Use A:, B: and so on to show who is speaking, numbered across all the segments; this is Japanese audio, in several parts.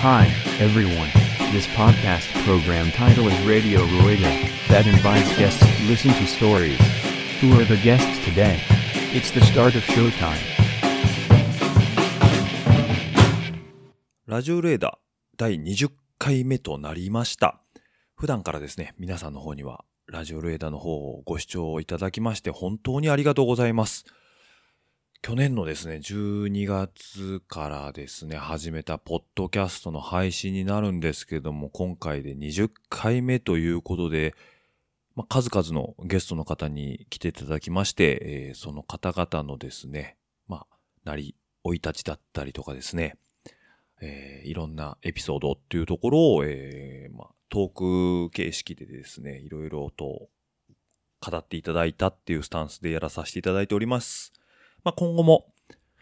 A: Hi, everyone. This podcast program title is Radio Rueda, that invites guests to listen to stories. Who are the guests today? It's the start of showtime.
B: ラジオレーダー第20回目となりました。普段からですね、皆さんの方にはラジオレーダーの方をご視聴いただきまして本当にありがとうございます。去年のですね、12月からですね、始めたポッドキャストの配信になるんですけども、今回で20回目ということで、まあ、数々のゲストの方に来ていただきまして、えーその方々のですね、まあ、なり、生い立ちだったりとかですね、えーいろんなエピソードっていうところを、えーまあ、トーク形式でですね、いろいろと語っていただいたっていうスタンスでやらさせていただいております。まあ、今後も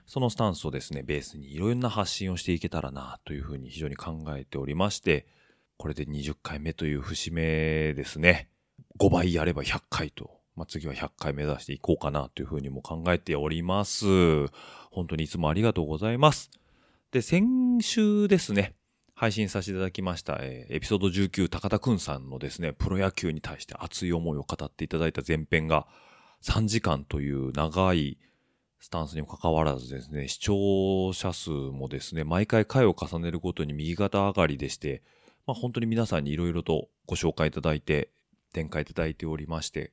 B: そのスタンスをですね、ベースにいろんな発信をしていけたらなというふうに非常に考えておりまして、これで20回目という節目ですね。5倍やれば100回と、まあ、次は100回目指していこうかなというふうにも考えております。本当にいつもありがとうございます。で、先週ですね、配信させていただきました、えーエピソード19、高田くんさんのですね、プロ野球に対して熱い思いを語っていただいた前編が、3時間という長いスタンスにもかかわらずですね、視聴者数もですね、毎回回を重ねるごとに右肩上がりでして、まあ、本当に皆さんにいろいろとご紹介いただいて、展開いただいておりまして、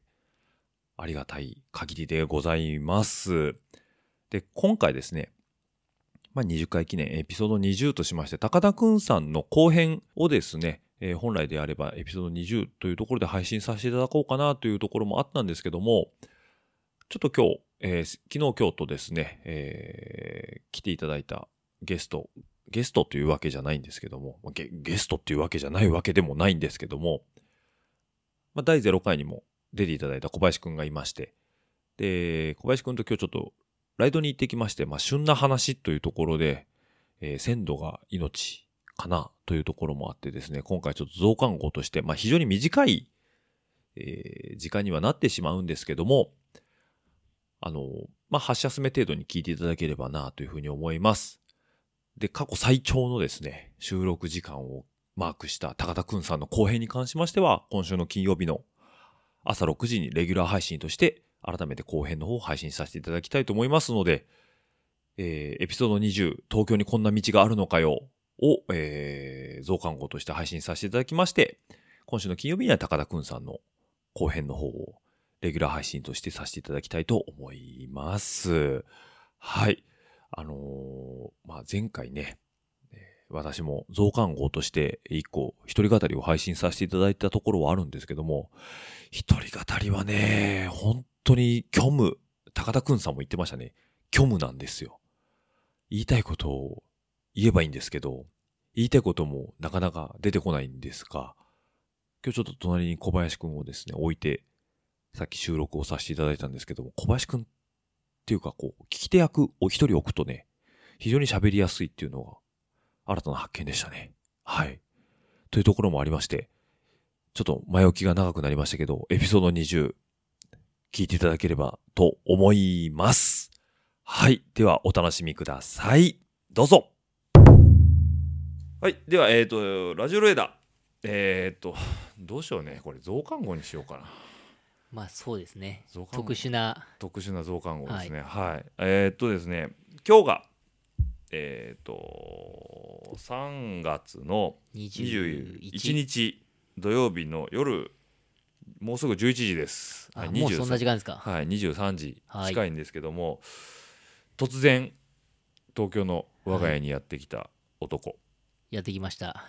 B: ありがたい限りでございます。で、今回ですね、まあ、20回記念エピソード20としまして、高田くんさんの後編をですね、えー本来であればエピソード20というところで配信させていただこうかなというところもあったんですけども、ちょっと今日、えー昨日今日とですね、えー来ていただいたゲスト、ゲストというわけじゃないんですけども、ゲゲストっていうわけじゃないわけでもないんですけども、まあ、第0回にも出ていただいた小林くんがいまして、で、小林くんと今日ちょっとライドに行ってきまして、まあ、旬な話というところで、えー鮮度が命かなというところもあってですね、今回ちょっと増刊号として、まあ、非常に短い、えー時間にはなってしまうんですけども、あの、まあ、発射進め程度に聞いていただければなというふうに思います。で、過去最長のですね、収録時間をマークした高田くんさんの後編に関しましては、今週の金曜日の朝6時にレギュラー配信として、改めて後編の方を配信させていただきたいと思いますので、えーエピソード20、東京にこんな道があるのかよ、を、えー増刊号として配信させていただきまして、今週の金曜日には高田くんさんの後編の方をレギュラー配信としてさせていただきたいと思います。はい。あのーまあ、前回ね、えー私も増刊号として一個一人語りを配信させていただいたところはあるんですけども、一人語りはね、本当に虚無、高田くんさんも言ってましたね、虚無なんですよ。言いたいことを言えばいいんですけど、言いたいこともなかなか出てこないんですが、今日ちょっと隣に小林くんをですね、置いて、さっき収録をさせていただいたんですけども、小林くんっていうかこう、聞き手役を一人置くとね、非常に喋りやすいっていうのが、新たな発見でしたね。はい。というところもありまして、ちょっと前置きが長くなりましたけど、エピソード20、聞いていただければと思います。はい。では、お楽しみください。どうぞ。はい。では、えっ、と、ラジオレーダー。えっ、と、どうしようね。これ、増刊号にしようかな。
C: まあそうですね
B: 増刊号
C: 特殊な
B: 特殊な増刊号ですね。はい。えーっとですね、今日が、えーっと、3月の
C: 21
B: 21日土曜日の夜、もうすぐ11時です。
C: あ
B: はい
C: もうそんな
B: 23
C: 時間ですか
B: はい、23時
C: はい
B: 近いんですけども、突然、東京の我が家にやってきた男、
C: やってきました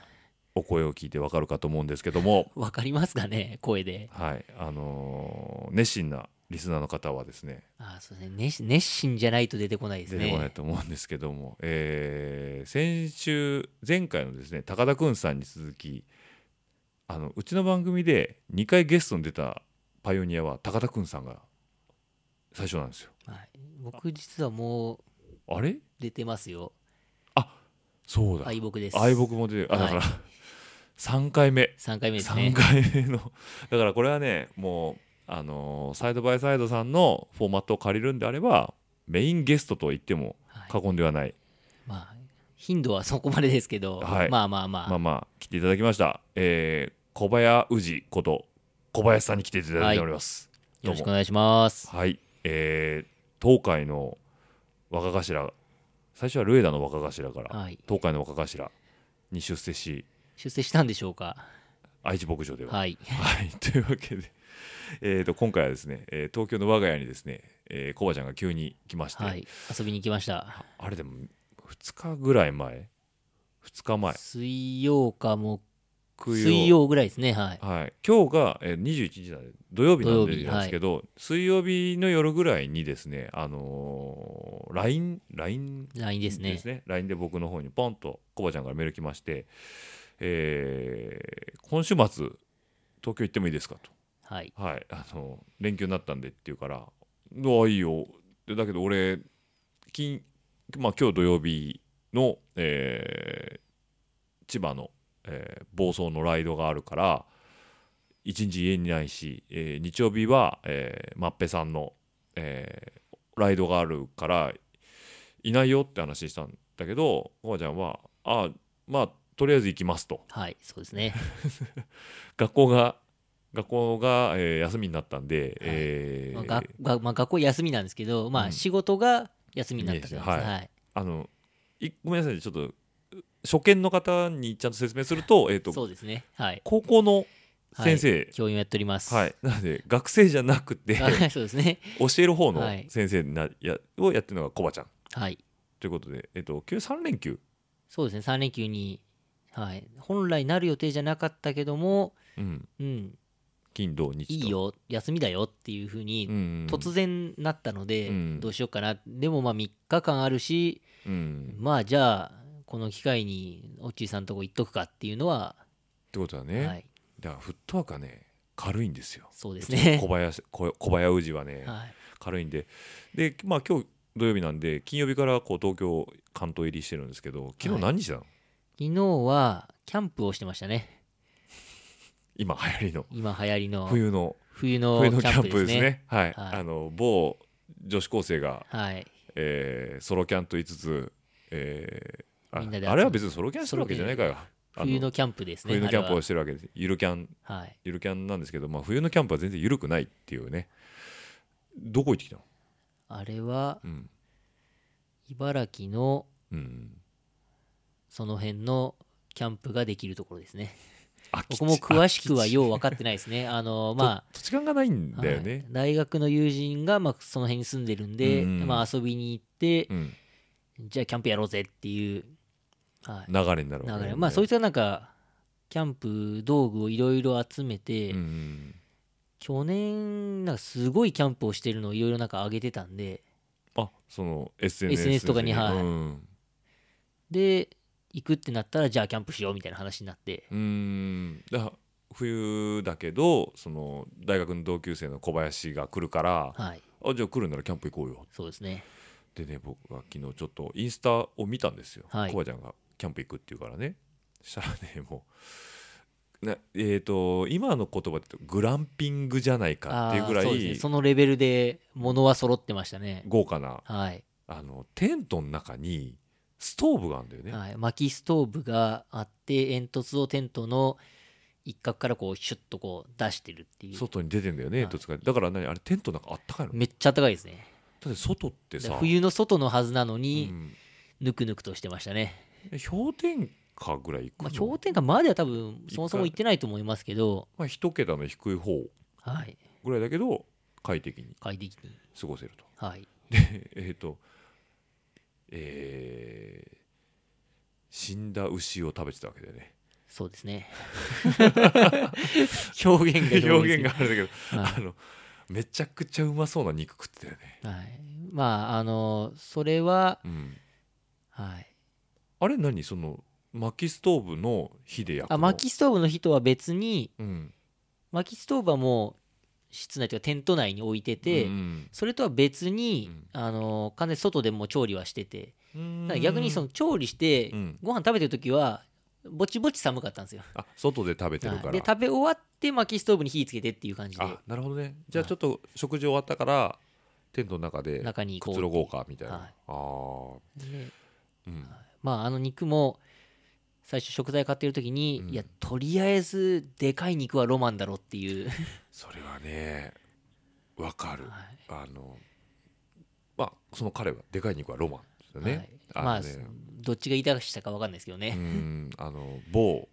B: お声を聞いてわかるかと思うんですけども、
C: わかりますかね声で
B: はい、あのー熱心なリスナーの方はですね、
C: あそうですね熱心熱心じゃないと出てこないです
B: 出
C: ね
B: てこないと思うんですけども、えー先週前回のですね高田くんさんに続きあのうちの番組で2回ゲストに出たパイオニアは高田くんさんが最初なんですよ。
C: はい、僕実はもう
B: あれ
C: 出てますよ
B: そうだ
C: 敗北です
B: 相僕も出てあだから、
C: は
B: 3回目
C: 3回目です
B: 3
C: ね
B: 回目のだからこれはねもうあのーサイドバイサイドさんのフォーマットを借りるんであればメインゲストと言っても
C: はい
B: 過言ではない
C: まあ頻度はそこまでですけど、
B: はい
C: まあまあまあ、
B: まあまあ来ていただきました、えー、小林氏こと小林さんに来ていただいております、
C: よろしくお願いします。
B: はい、えー、東海の若頭最初はルエダの若頭から、
C: はい。
B: 東海の若頭に出世し
C: 出世したんでしょうか。
B: 愛知牧場では、
C: はい。
B: はい、 というわけで、えー、と今回はですね、えー東京の我が家にですね、えー、コバちゃんが急に来まして、
C: はい。遊びに行きました。
B: あれでも2日ぐらい前2日前
C: 水曜か木
B: 木
C: 水曜ぐらいですね。はい。
B: はい、今日が、えー、21日なんで土曜日なん
C: 土曜
B: で
C: 日
B: なんですけど、水曜日の夜ぐらいにですね、あのー、LINE, LINE
C: ラインですね。
B: LINE で僕の方にポンとコバちゃんからメール来まして、えー今週末東京行ってもいいですか
C: はい。
B: と、はい、あの連休になったんでって言うから「うわいいよ」でだけど俺金、まあ、今日土曜日の、えー千葉の、えー房総のライドがあるから一日家にいないし、えー日曜日は、えー、マッペさんの、えーライドがあるからいないよって話したんだけどコバちゃんは「あまあとりあえず行きます」と。
C: はい。そうですね。
B: 学校が学校が、えー休みになったんで、えー
C: まあががまあ、学校休みなんですけど、ま
B: うん
C: あ、仕事が休みになったじゃないで
B: い
C: すか。
B: いですね
C: はい。
B: あのいごめんなさいちょっと初見の方にちゃんと説明すると,、えー、
C: そ
B: と
C: うですね。はい。
B: 高校の
C: は
B: 先
C: い
B: 生、
C: 教員をやっております。
B: はいなので学生じゃなくて
C: あそうですね。
B: 教える方の
C: はい
B: 先生な、やをやってるのがコバちゃん
C: はい。
B: ということで、えー、と今日3連休、
C: そうですね。3連休に、はい。本来なる予定じゃなかったけども、
B: うん、
C: うん、
B: 金土日と
C: いい、よ、休みだよっていうふうに
B: うんうん、
C: 突然なったので、
B: うん
C: どうしようかなでもまあ3日間あるし、
B: うん、
C: まあじゃあこの機会におっちーさんのとこ行っとくかっていうのは、
B: ってことはね、
C: はい、
B: だからフットワークはね軽いんですよ
C: そうですね
B: 小林小小林氏はね、
C: はい、
B: 軽いんでで、まあ、今日土曜日なんで金曜日からこう東京関東入りしてるんですけど昨日何してたの、
C: 昨日はキャンプをしてましたね
B: 今流行りの
C: 今流行りの
B: 冬の
C: 冬の
B: 冬の
C: キ
B: キ
C: ャ
B: ャ
C: ン
B: ン
C: プ
B: プ
C: です
B: です
C: ね
B: ねはい、
C: はい
B: あの某女子高生が、
C: はい
B: えーソロキャンと言いつつ、えーあ
C: みんなで集まる
B: あれは別にソロキャンしてるわけじゃないからあ
C: 冬のキャンプですね
B: 冬のキャンプ
C: あれ
B: をしてるわけですゆるキャン
C: ははい、
B: ゆるキャンなんですけど、まあ、冬のキャンプは全然ゆるくないっていうねどこ行ってきたの
C: あれは
B: うん
C: 茨城の
B: うん
C: その辺のキャンプができるところで すね
B: あ
C: 僕も詳しくは
B: よ
C: よう分かってないですねあ のまあ
B: 土地勘がないんだよね、
C: はい大学の友人が、まあ、その辺に住んでるんで、
B: うん
C: まあ、遊びに行って、
B: うん、
C: じゃあキャンプやろうぜっていう、はい、
B: 流れになるわけだよ
C: 流
B: ね
C: れまあそいつはなんかキャンプ道具をいろいろ集めて、
B: うん
C: 去年なんかすごいキャンプをしてるのをいろいろなんか上げてたんで
B: あその SNS,
C: SNS とかにはい
B: うん
C: で行くってなったらじゃあキャンプしようみたいな話になって
B: うんだ冬だけどその大学の同級生の小林が来るから
C: はい
B: あじゃあ来るならキャンプ行こうよ
C: そうですね
B: でね僕は昨日ちょっとインスタを見たんですよ、
C: はい
B: コバちゃんがキャンプ行くっていうからねしたらねもうなえー、と今の言葉で言うとグランピングじゃないかっていうぐら
C: あーそうですね
B: い
C: そのレベルで物は揃ってましたね
B: 豪華な
C: はい、
B: あのテントの中にストーブがあるんだよね、
C: はい、薪ストーブがあって煙突をテントの一角からこうシュッとこう出してるっていう
B: 外に出てんだよ
C: は
B: ね、
C: い
B: どっちかだから何あれテントなんかあったかいのだ
C: めっちゃ暖かいですね
B: って外ってさ
C: 冬の外のはずなのに、
B: うん
C: ぬくぬくとしてましたね、
B: 氷点下ぐらいいくの
C: まあ、氷点下までは多分そもそも行ってないと思いますけど、
B: まあ、一桁の低い方
C: はい、
B: ぐらいだけど快適に
C: 快適に、
B: 過ごせると
C: はい、
B: でえっ、とえー死んだ牛を食べてたわけだよね
C: そうで すね表現がどうですか
B: 表現があれだけど、
C: は
B: あのめちゃくちゃうまそうな肉食ってたよね、
C: い、はいまああのそれは、
B: うん、
C: はい、
B: あれ何その薪ストーブの火で焼くの
C: あ薪ストーブの日とは別に
B: うん
C: 薪ストーブはもう室内というかテント内に置いてて、
B: うん
C: それとは別に、
B: うん
C: あの完全に外でもう調理はしてて
B: うん
C: だから逆にその調理して、
B: うん
C: ご飯食べてる時はぼちぼち寒かったんですよ
B: あ外で食べてる
C: は
B: から、
C: いで食べ終わって薪ストーブに火つけてっていう感じで
B: あなるほどねじゃあちょっと食事終わったからテントの中で
C: 中に
B: く
C: こう
B: つろごうかみたいな、
C: はい
B: ああ
C: で
B: うん
C: まああの肉も最初食材買ってる時に、
B: うん
C: いやとりあえずでかい肉はロマンだろっ ていう、
B: それはねわかる、
C: はい
B: あのまあその彼はでかい肉はロマンですよね、
C: はいま
B: あ
C: あ
B: のね
C: どっちが言い出したか分かんないですけど
B: う
C: ね、
B: んあの某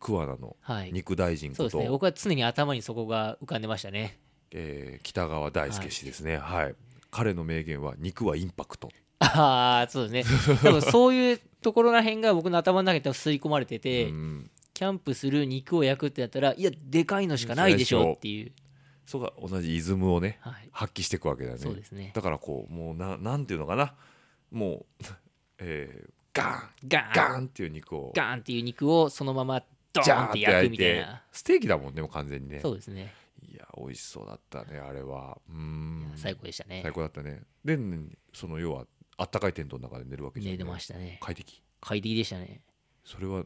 B: 桑名の
C: はい
B: 肉大臣
C: そう
B: こ
C: です
B: と、
C: ね僕は常に頭にそこが浮かんでましたね
B: えー北川大輔氏ですねはい、彼の名言は肉はインパクト、
C: ああそうですね多分そういうところらへんが僕の頭の中に多分吸い込まれてて、
B: うん
C: キャンプする肉を焼くってやったらいやでかいのしかないでしょっていう、
B: そこが同じイズムをね
C: はい、
B: 発揮していくわけだよね
C: そうですね
B: だからこうもうななんていうのかなもう、 えーガーン
C: ガーン
B: ガーンっていう肉を
C: ガーンっていう肉をそのままド
B: ジ
C: ー
B: ャー
C: ン
B: っ
C: っ
B: てて
C: 焼
B: 焼
C: く
B: い
C: みたい
B: て
C: な
B: ステーキだもんね完全にね
C: そうですね
B: いや美味しそうだったねあれはうーん
C: 最高でしたね
B: 最高だったねでその要はあったかいテントの中で寝るわけじゃん
C: 寝てましたね
B: 快適
C: 快適でしたね
B: それは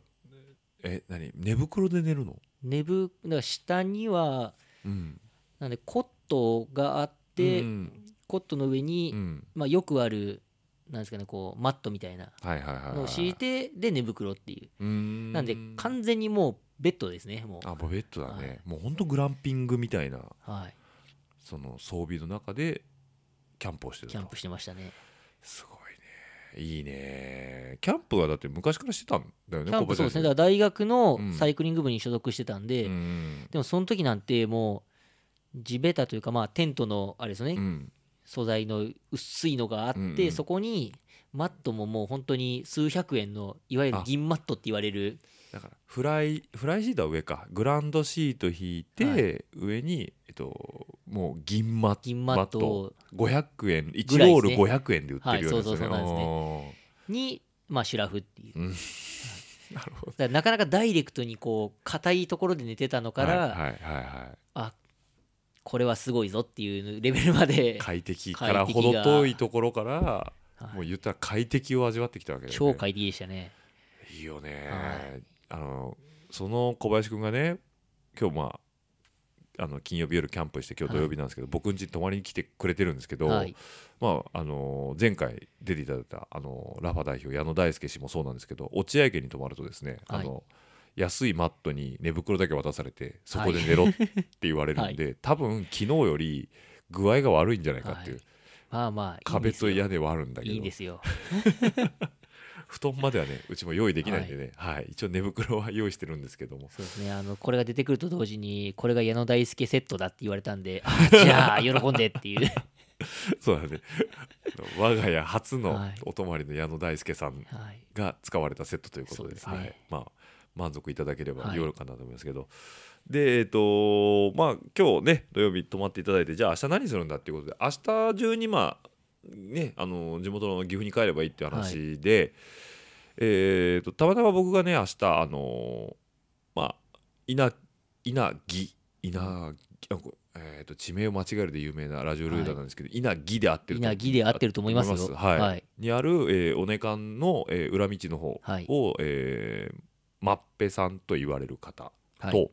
B: え何寝袋で寝るの
C: 寝ぶだから下には
B: うん
C: なんでコットがあって、
B: うん
C: コットの上に、
B: うん
C: まあ、よくあるなんですかねこうマットみたいな
B: はいはいはいはい
C: のを敷いてで寝袋っていう
B: うーん
C: なんで完全にもうベッドですねもう
B: あもうベッドだね、
C: はい
B: もうほんとグランピングみたいな
C: はい
B: その装備の中でキャンプをしてた
C: キ
B: と
C: ャンプしてましたね
B: すごいねいいねキャンプはだって昔からしてたんだよ
C: キ
B: ね
C: ャンプそう
B: 小
C: です
B: 林
C: ねだか
B: 先
C: ら大学の
B: うん
C: サイクリング部に所属してたんで、
B: 生うん
C: でもその時なんてもう地べたというかまあテントのあれですよね、
B: うん
C: 素材の薄いのがあって、
B: うんうん
C: そこにマットももう本当に数百円のいわゆる銀マットって言われる
B: だからフライフライシートは上かグランドシート引いて、
C: は
B: 上に、えっと、もう銀マット
C: 銀マットを
B: 500円1
C: ぐらい
B: ロ
C: で
B: ー
C: すね
B: ル500円で売ってるようなやつ
C: はいそうそうそうなんです
B: ね
C: に、まあ、シュラフっていう
B: う。ん なるほど
C: だからなかなかダイレクトにこう硬いところで寝てたのから、
B: はいはいはいは
C: あこれはすごいぞっていうレベルまで
B: い、快適から
C: 快
B: 程
C: 適が
B: 遠いところから
C: はい
B: もう言ったら快適を味わってきたわけだよね
C: 超快適でしたね。
B: いいよね、
C: は
B: あのその小林くんがね今日まああの金曜日夜キャンプして今日土曜日なんですけど、僕ん家に泊まりに来てくれてるんですけど、
C: はい、
B: まああの前回出ていただいたあのラファ代表矢野大輔氏もそうなんですけど落合家に泊まるとですね、
C: はい
B: あの安いマットに寝袋だけ渡されてそこで寝ろって言われるん で、多分昨日より具合が悪いんじゃないかっていう、
C: はまあまあいいんで
B: 壁
C: す
B: と
C: よ
B: 屋根はあるんだけど
C: いいですよ。
B: 布団まではねうちも用意できないんでね、はい一応寝袋は用意してるんですけども
C: そうですね。あのこれが出てくると同時にこれが矢野大輔セットだって言われたんで、あじゃあ喜ん でっていう。
B: そうだねあの我が家初の
C: はい
B: お泊まりの矢野大輔さん
C: はい。
B: が使われたセットということ
C: そう
B: で
C: ですね
B: はいまあ、満足いただければ
C: はい
B: よいかなと思いますけど、でえっ、とまあ今日ね土曜日泊まっていただいてじゃあ明日何するんだっていうことで明日中にまあねあの地元の岐阜に帰ればいいっていう話で、えー、とたまたま僕がね明日あのまあ稲稲城稲城あこえー、と地名を間違えるで有名なラジオルーダーなんですけど、稲城で合ってると
C: 稲城で合ってると思いますよ
B: はい
C: はい
B: にある、えー、おねかんの、えー裏道の方
C: はい。
B: を、えーマッペさんと言われる方と、
C: はい。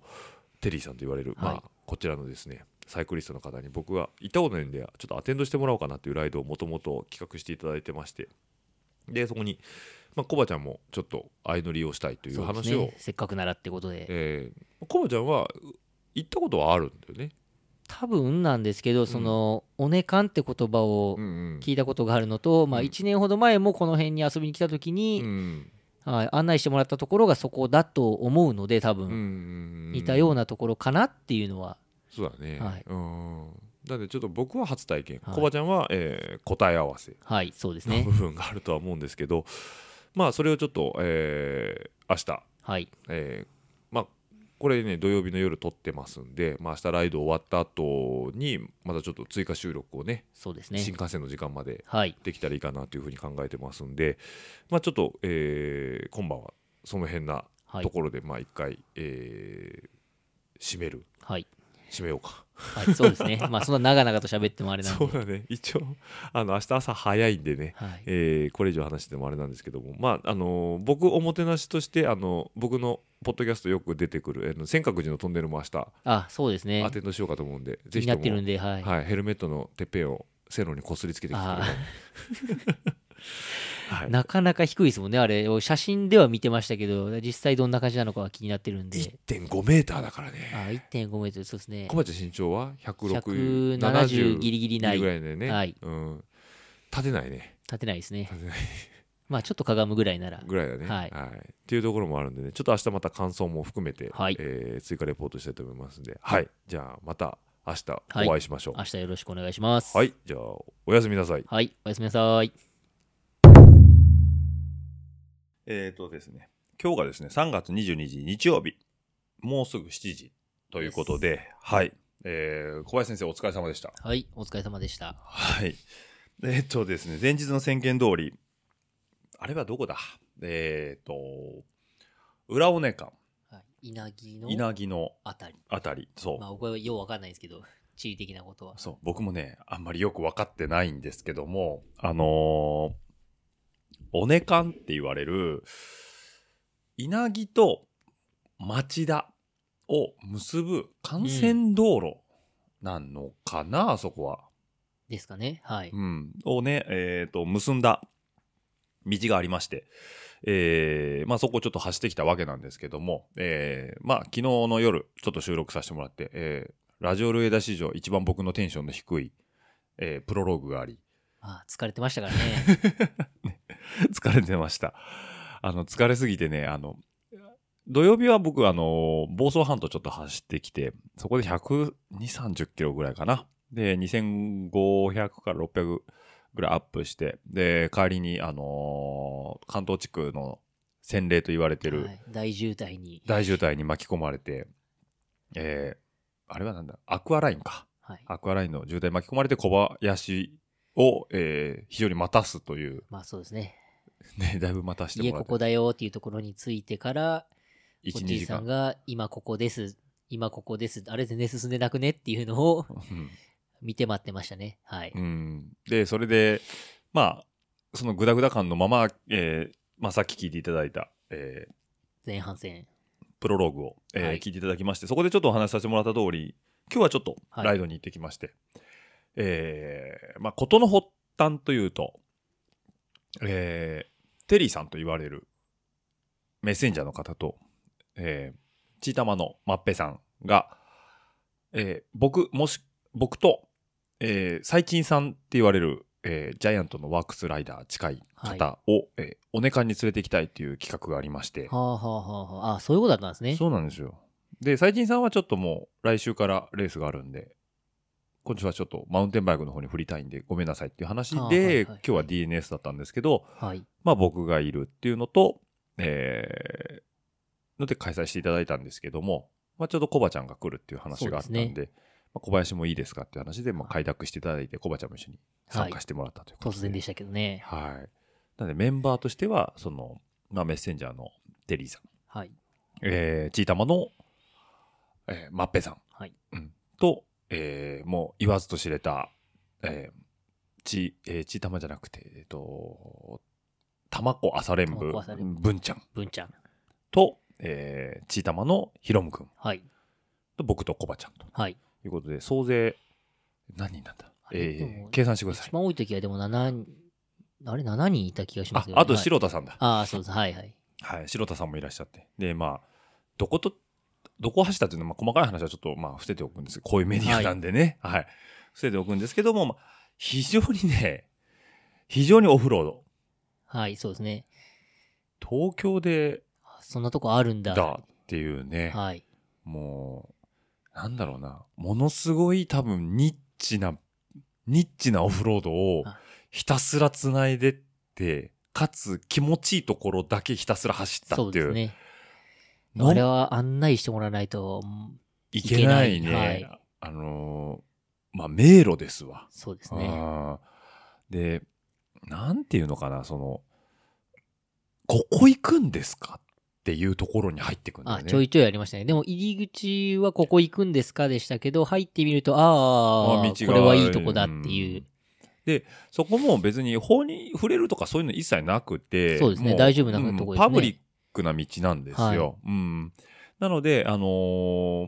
B: テリーさんと言われる、
C: はい
B: まあ、こちらのですねサイクリストの方に僕が行ったことないんでちょっとアテンドしてもらおうかなっていうライドをもともと企画していただいてましてでそこに、まあ、コバちゃんもちょっと相乗りをしたいという
C: そうです
B: 話を
C: ね。せっかくならってことで。
B: えーコバちゃんはう行ったことはあるんだよね。
C: 多分なんですけど、その、おねかんって言葉を
B: うんうん
C: 聞いたことがあるのと、まあ
B: うん
C: 1年ほど前もこの辺に遊びに来た時
B: う
C: に、
B: ん
C: はい案内してもらったところがそこだと思うので、多
B: うんう
C: 分
B: ん
C: 似たようなところかなっていうのは、
B: そうだね、
C: はい
B: うんなんでちょっと僕は初体験、
C: はい
B: コバちゃんは、えー答え合わせ
C: はい、そうです
B: の
C: ね
B: 部。分があるとは思うんですけど、まあそれをちょっと、えー明日、
C: はい。
B: えーまあこれね土曜日の夜撮ってますんで、まあ明日ライド終わった後にまたちょっと追加収録をね
C: そうですね
B: 新。幹線の時間まで
C: はい。
B: できたらいいかなというふうに考えてますんで、まあ、ちょっと、えー今晩はその辺な
C: は
B: と
C: い。
B: ころで、まあ一回、えー締める
C: はい。
B: 締めようか。
C: はい、そうですね。まあ、そんな長々と喋ってもあれなん
B: そ
C: で
B: う。だね一応あの明日朝早いんでね、
C: はい。
B: えーこれ以上話してもあれなんですけども、まああのー僕おもてなしとして、あの僕のポッドキャストよく出てくる、えーの尖閣寺のトンネルも明日
C: あ、そうですね
B: ア。テンドしようかと思うんで、
C: 気
B: ぜ
C: に
B: ひ
C: な
B: と
C: っ
B: も、
C: てるんで、はい。
B: はい、ヘルメットのてっぺんを線路にこすりつけてきてください
C: あ。
B: はい。
C: なかなか低いですもんね、あれ。写真では見てましたけど、実際どんな感じなのかは気になってるんで。
B: 1.5メーターだからね。
C: あ、1.5メートル、そうですね
B: 小。町身長は160
C: 170ギリギリない
B: ぐらいでね。
C: はい
B: うん。立てないね。
C: 立てないですね。
B: 立てない
C: まあ、ちょっとかがむぐらいなら。
B: ぐらいだね。
C: はい
B: っていうところもあるんでね、ちょっと明日また感想も含めて、
C: はい
B: えー追加レポートしたいと思いますんで、はい。じゃあまた明日お会いしましょう。
C: 明日よろしくお願いします。
B: はい、じゃあおやすみなさい。
C: はい、おやすみなさい。
B: えーとですね、今日がですね、3月22日日曜日、もうすぐ7時ということで、はい、えー、小林先生お疲れ様でした。
C: はい、お疲れ様でした。
B: はい。えーとですね、前日の宣言通り、あれはどこだえーと、裏尾根間、
C: はい、稲城の
B: 稲城の
C: あたり。
B: あたり、そう。
C: まあ、僕はようわかんないですけど、地理的なことは。
B: そう、僕もね、あんまりよく分かってないんですけども、あのー、おねかんって言われる、稲城と町田を結ぶ幹線道路なのかな、あそこは。
C: ですかね。はい。
B: うん。をね、えっ、と、結んだ道がありまして、えーまあそこをちょっと走ってきたわけなんですけども、えーまあ昨日の夜、ちょっと収録させてもらって、えーラジオルエダ史上一番僕のテンションの低い、えープロローグがあり、
C: あ疲れてましたからね。
B: 疲れてました。あの、疲れすぎてね、あの、土曜日は僕、あの、房総半島ちょっと走ってきて、そこで120、30キロぐらいかな。で、2500から600ぐらいアップして、で、帰りに、あのー関東地区の洗礼と言われてる
C: はい大渋滞に。
B: 大渋滞に巻き込まれて、えーあれはなんだ、アクアラインか。
C: はい。
B: アクアラインの渋滞に巻き込まれて小林を、えー非常に待たすという、
C: まあ、そうですね。
B: ね、だいぶ待たして
C: 家
B: もらっ
C: こ
B: て
C: こだよっていうところについてから、お
B: 1、
C: じ
B: 2
C: い
B: 時
C: さん
B: 間。
C: が、今ここです。今ここです。あれ全然進んでなくねっていうのを見て待ってましたね。はい。
B: うん、で、それで、まあ、そのグダグダ感のまま、えーまあ、さっき聞いていただいた、えー
C: 前半戦。
B: プロローグを、えー
C: はい
B: 聞いていただきまして、そこでちょっとお話しさせてもらった通り、今日はちょっと
C: はい
B: ライドに行ってきまして、えーまあ、事の発端というと、えーテリーさんと言われるメッセンジャーの方と、えー、ちいたまのまっぺさんが、えー僕、もし、僕と、えー、最近さんって言われる、えージャイアントのワークスライダー近い方を、えーおねかんに連れて行きたいという企画がありまして、
C: はあはあはあはあ。あ、そういうことだったんですね。
B: そうなんですよ。で、最近さんはちょっともう来週からレースがあるんで、今週はちょっとマウンテンバイクの方に振りたいんでごめんなさいっていう話で、
C: あーはいはいはい
B: 今日は DNS だったんですけど、
C: はい。
B: まあ僕がいるっていうのと、えーので開催していただいたんですけども、まあちょっとコバちゃんが来るっていう話があったんで、
C: そうで
B: まあ小林もいいですかっていう話で、まあ開拓していただいて、コバちゃんも一緒に参加してもらったということ
C: 突
B: で。
C: 然でしたけどね。
B: はい。なのでメンバーとしては、その、まあメッセンジャーのテリーさん。
C: はい。
B: えー、ちいたまの、えー、まっぺさん、
C: はい
B: うん、と、えーもう言わずと知れた、えー、ち、えー、ちいたまじゃなくて、えっ、と、たまこ朝練部
C: 玉子朝、練
B: ぶんちゃん
C: 文ちゃん。
B: と、えー、ちいたまのひろむくん
C: はい。
B: と僕とこばちゃんと
C: はい。
B: いうことで、総勢、何人なんだ
C: あれで
B: え
C: も
B: ー、計算してくださ
C: 一
B: い。
C: 番多い時はでも7人、あれ7人いた気がしま
B: あ
C: す、よ、ね。
B: あと
C: はい
B: 白田さんだ。
C: ああ、そうです。はいはい。
B: はい、城田さんもいらっしゃって。で、まあ、どこと、どこを走ったっていうのは、まあ、細かい話はちょっと、まあ、伏せておくんですこういうメディアなんでね。はい。伏せておくんですけども、まあ、非常にね、非常にオフロード。
C: はい、そうですね。
B: 東京で、
C: あそんなとこあるんだ。
B: だっていうね、
C: はい。
B: もう、なんだろうな、ものすごい多分、ニッチな、ニッチなオフロードを
C: あ、
B: ひたすら繋いでって、かつ気持ちいいところだけひたすら走った
C: そ
B: っ
C: う
B: てい
C: で
B: う。
C: すね。
B: の
C: あれは案内してもらわないと、うん
B: いけないね。
C: いけないは
B: あのーまあ、迷路ですわ。
C: そうですね。
B: あーで、なんていうのかな、その、ここ行くんですかっていうところに入ってくんだよ
C: あ、
B: ね。
C: ちょいちょいありましたね。でも入り口はここ行くんですかでしたけど、入ってみると、あ
B: あ
C: あ、こ
B: 道が
C: れはいいとこだっていう。
B: そこも別に法に触れるとかそういうの一切なくて。
C: そうですね
B: も
C: 大丈夫なとこですね
B: パブリックな道なんですよ。うん。なので、あの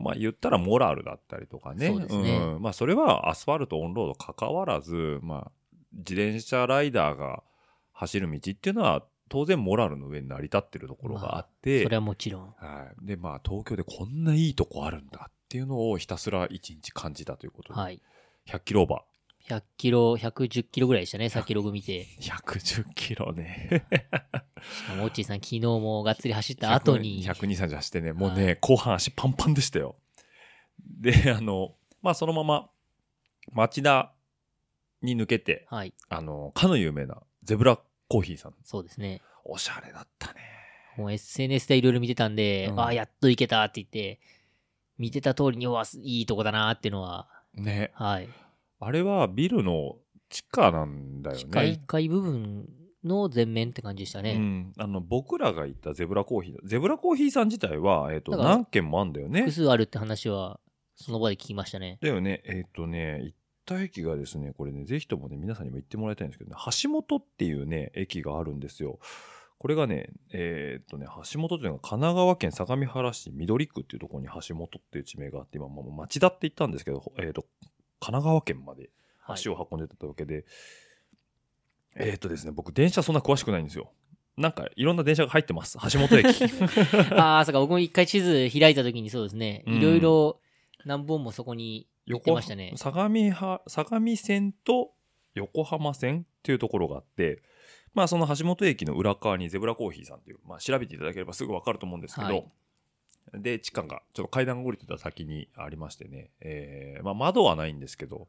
B: ーまあ、言ったらモラルだったりとかね。
C: そうですね
B: ん。まあ、それはアスファルト、オンロード関わらず、まあ、自転車ライダーが走る道っていうのは当然モラルの上に成り立ってるところがあって、
C: それはもちろん。
B: はい、でまあ東京でこんないいとこあるんだっていうのをひたすら一日感じたということで、
C: はい。
B: 100キロオーバ
C: 100キロ、110キロぐらいでしたね、さっきログ見て。
B: ー110キロね
C: しかも、オッチーさん、昨日もがっつり走った後に。
B: 12038してねもうね、後半足パンパンでしたよであのまあそのまま町田に抜けて
C: はい、
B: あのかの有名なゼブラコーヒーさん
C: そうですね。
B: おしゃれだったね
C: もう SNS でいろいろ見てたんで、
B: うん
C: ああ、やっと行けたって言って、見てた通りに、うわ、いいとこだなっていうのは、
B: ね
C: はい。
B: あれはビルの地下なんだよね
C: 地下1階部分の前面って感じでした
B: う
C: ね。
B: ん、あの僕らが行ったゼブラコーヒーゼブラコーヒーさん自体は、えー、と
C: だから
B: 何軒もあんだよね
C: 複数あるって話は、その場で聞きましたね。
B: だよねえっ、とね行った駅がですねこれねぜひともね皆さんにも行ってもらいたいんですけどね橋本っていうね駅があるんですよこれがねえっ、とね橋本というのが神奈川県相模原市緑区っていうところに橋本っていう地名があって今もう町田って言ったんですけど、えー、と神奈川県まで
C: はい、
B: 足を運んでたわけで、えーっとですね僕電車そんな詳しくないんですよなんかいろんな電車が入ってます橋本駅
C: ああ、そうか、僕も一回地図開いた時にそうですね、
B: うん
C: いろいろ何本もそこに行ってましたね。
B: 相模は相模線と横浜線っていうところがあってまあその橋本駅の裏側にゼブラコーヒーさんっていう、まあ、調べていただければすぐ分かると思うんですけど、
C: はい
B: で地下がちょっと階段を降りてた先にありましてね、えーまあ、窓はないんですけど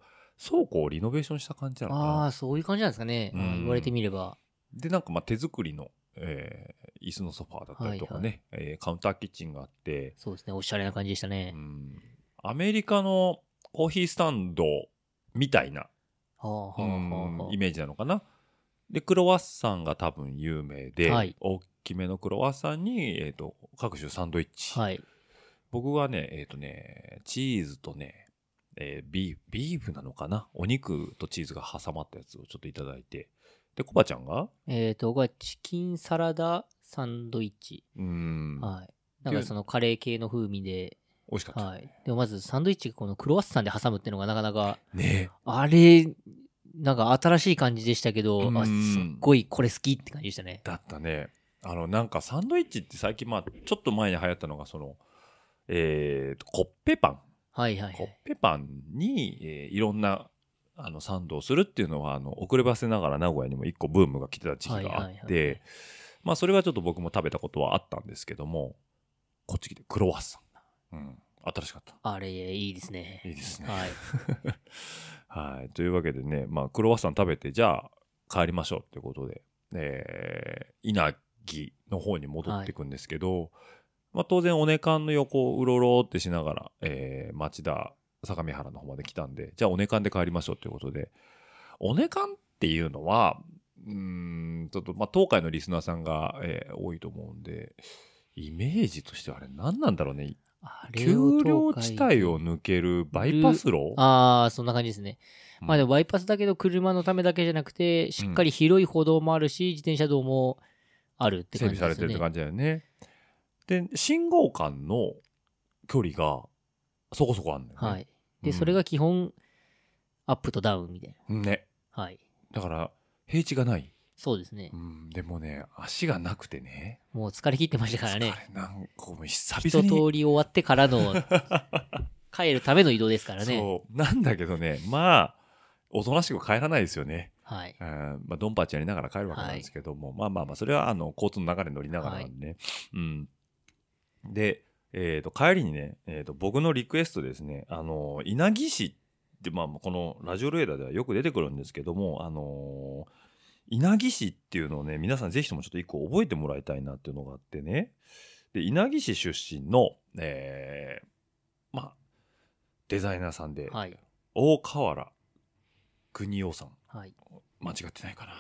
B: 倉庫をリノベーションした感じなのかな
C: ああ、そういう感じなんですかね。
B: うん
C: あー言われてみれば。
B: で、なんかまあ手作りの、えー椅子のソファーだったりとかね、えーカウンターキッチンがあって、
C: そうですね、おしゃれな感じでしたね
B: う。んアメリカのコーヒースタンドみたいな、
C: はあは
B: う
C: あ
B: ん
C: は
B: イメージなのかな。で、クロワッサンが多分有名で、
C: はい
B: 大きめのクロワッサンに、えー、と各種サンドイッチ。
C: あ。はい。
B: 僕はね、えっ、とね、チーズとね、えービーフ、ビーフなのかなお肉とチーズが挟まったやつをちょっといただいて。で、コバちゃんが
C: えっ、と、僕はチキンサラダサンドイッチ。
B: うん、
C: はい。なんかそのカレー系の風味で、
B: 美味しかった。
C: はい。でもまずサンドイッチがこのクロワッサンで挟むっていうのがなかなか、
B: ね
C: あれ、なんか新しい感じでしたけど、
B: うん
C: あすっごいこれ好きって感じでしたね。
B: だったねあのなんかサンドイッチって最近まあちょっと前に流行ったのがそのえーとコッペパン
C: はいはいは
B: コッ
C: い。
B: ペパンに、えーいろんなあのサンドをするっていうのはあの遅ればせながら名古屋にも一個ブームが来てた時期があ
C: はい
B: っ
C: はいはいは
B: て
C: い
B: まあそれはちょっと僕も食べたことはあったんですけどもこっち来てクロワッサン、うん、新しかった
C: あれ、いいですね。
B: いいですね
C: はい。
B: はい、というわけでね、まあ、クロワッサン食べてじゃあ帰りましょうってことで、えー、稲城の方に戻っていくんですけど、まあ、当然おねかんの横をうろうろってしながら、えー町田相模原の方まで来たんでじゃあおねかんで帰りましょうということでおねかんっていうのはうーんちょっと、まあ、東海のリスナーさんが、えー多いと思うんでイメージとしてあれ何なんだろうね
C: あれを
B: 丘陵
C: 東海
B: 地帯を抜けるバイパス路
C: ああ、そんな感じですね。
B: うん
C: まあでもバイパスだけど車のためだけじゃなくて、しっかり広い歩道もあるし、自転車道もあるって
B: 整備
C: 感じ
B: さ
C: で
B: れ
C: す
B: てるって
C: よね。
B: 感じだよね。で、信号間の距離がそこそこあるんだよね。
C: はい。
B: う
C: で、
B: ん
C: それが基本、アップとダウンみたい
B: ね。
C: な。はい。
B: だから、平地がない。
C: そうですね
B: う。ん、でもね、足がなくてね。
C: もう疲れ切ってましたからね。
B: 疲れなんかもう久
C: 一通
B: 々に。
C: り終わってからの、 帰るための移動ですからね。
B: そう。なんだけどね、まあ、おとなしく帰らないですよね。
C: はい。
B: うんまあ、ドンパチやりながら帰るわけなんですけども、まあまあまあ、それはあの交通の流れに乗りながらなんでね。うん、で、えー、と帰りにね、えー、と僕のリクエストですね、あの稲城市って、まあ、このラジオレーダーではよく出てくるんですけども、あのー稲城市っていうのをね、皆さんぜひともちょっと一個覚えてもらいたいなっていうのがあってね、で稲城市出身の、えーまあ、デザイナーさんで、
C: はい。
B: 大河原邦夫さん。
C: はい。
B: 間違ってないかな